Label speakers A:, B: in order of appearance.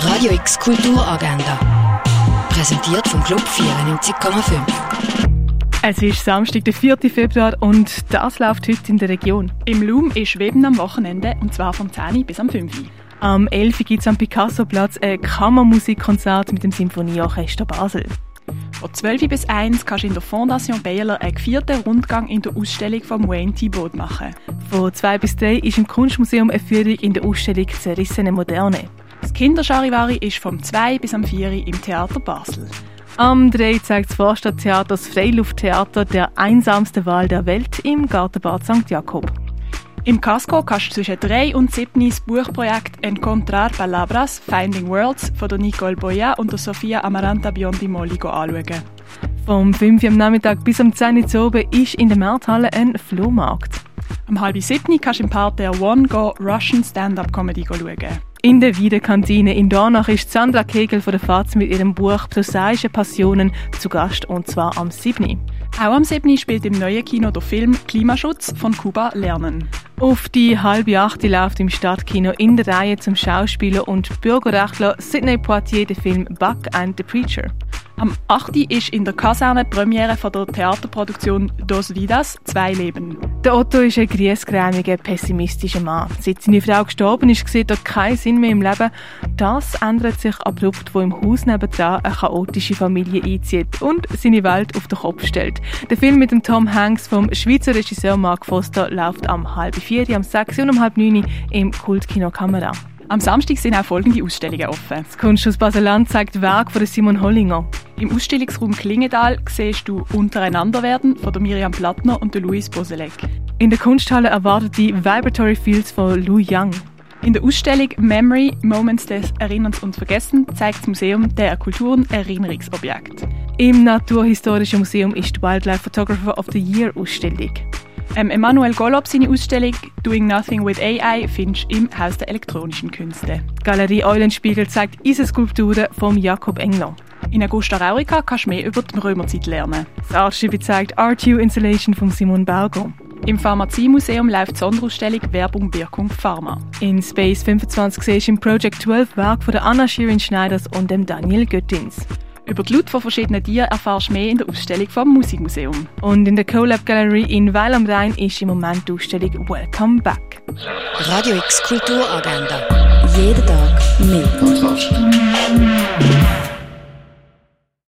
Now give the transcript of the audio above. A: Radio X Kulturagenda. Präsentiert vom Club 94,5.
B: Es ist Samstag, der 4. Februar und das läuft heute in der Region. Im Loom ist Weben am Wochenende und zwar vom 10 Uhr bis am 5. Uhr. Am 11. gibt es am Picasso-Platz ein Kammermusikkonzert mit dem Symphonieorchester Basel. Von 12 Uhr bis 1 Uhr kannst du in der Fondation Baylor einen vierten Rundgang in der Ausstellung von Wayne Thibaud machen. Von 2 bis 3 ist im Kunstmuseum eine Führung in der Ausstellung Zerrissene Moderne. Das Kinderscharivari ist vom 2 bis am 4 Uhr im Theater Basel. Am 3 zeigt das Vorstadttheater das Freilufttheater der einsamste Wal der Welt im Gartenbad St. Jakob. Im Casco kannst du zwischen 3 und 7 Uhr das Buchprojekt Encontrar Palabras Finding Worlds von der Nicole Boya und der Sofia Amaranta Biondi Molli anschauen. Vom 5 Uhr Um am Nachmittag bis am 10 Uhr zu oben ist in der Markthalle ein Flohmarkt. Am halb 7 Uhr kannst du im Part der One Go Russian Stand-Up Comedy schauen. In der Wiedekantine in Dornach ist Sandra Kegel von der FAZ mit ihrem Buch Prosaische Passionen zu Gast und zwar am 7. Auch am 7. spielt im neuen Kino der Film Klimaschutz von Kuba Lernen. Auf die halbe Achte läuft im Stadtkino in der Reihe zum Schauspieler und Bürgerrechtler Sidney Poitier der Film Buck and the Preacher. Am 8. Uhr ist in der Kaserne die Premiere von der Theaterproduktion Dos Vidas, zwei Leben. Der Otto ist ein griesgrämiger, pessimistischer Mann. Seit seine Frau gestorben ist, sieht er keinen Sinn mehr im Leben. Das ändert sich abrupt, wo im Haus nebenan eine chaotische Familie einzieht und seine Welt auf den Kopf stellt. Der Film mit dem Tom Hanks vom Schweizer Regisseur Mark Foster läuft am halb vier, am sechs und am halb neun im Kultkino Kamera. Am Samstag sind auch folgende Ausstellungen offen. Das Kunsthaus Baseland zeigt Werk von Simon Hollinger. Im Ausstellungsraum Klingenthal siehst du Untereinanderwerden von der Miriam Plattner und der Louise Boselek. In der Kunsthalle erwartet die Vibratory Fields von Lou Yang. In der Ausstellung Memory Moments des Erinnerns und Vergessen zeigt das Museum der Kulturen Erinnerungsobjekt. Im Naturhistorischen Museum ist die Wildlife Photographer of the Year Ausstellung. Ähm, Emanuel Golob seine Ausstellung Doing Nothing with AI findest du im Haus der elektronischen Künste. Die Galerie Eulenspiegel zeigt Eisenskulpturen von Jakob Engler. In Augusta Raurica kannst du mehr über die Römerzeit lernen. Das Archiv zeigt RTU Installation von Simon Baugo. Im Pharmaziemuseum läuft die Sonderausstellung Werbung Wirkung Pharma. In Space 25 siehst du im Project 12 Werk von der Anna Shirin Schneiders und dem Daniel Göttins. Über die Laut von verschiedenen Tieren erfährst du mehr in der Ausstellung vom Musikmuseum. Und in der CoLab Gallery in Weil am Rhein ist im Moment die Ausstellung Welcome Back.
A: Radio X Kulturagenda. Jeden Tag mehr.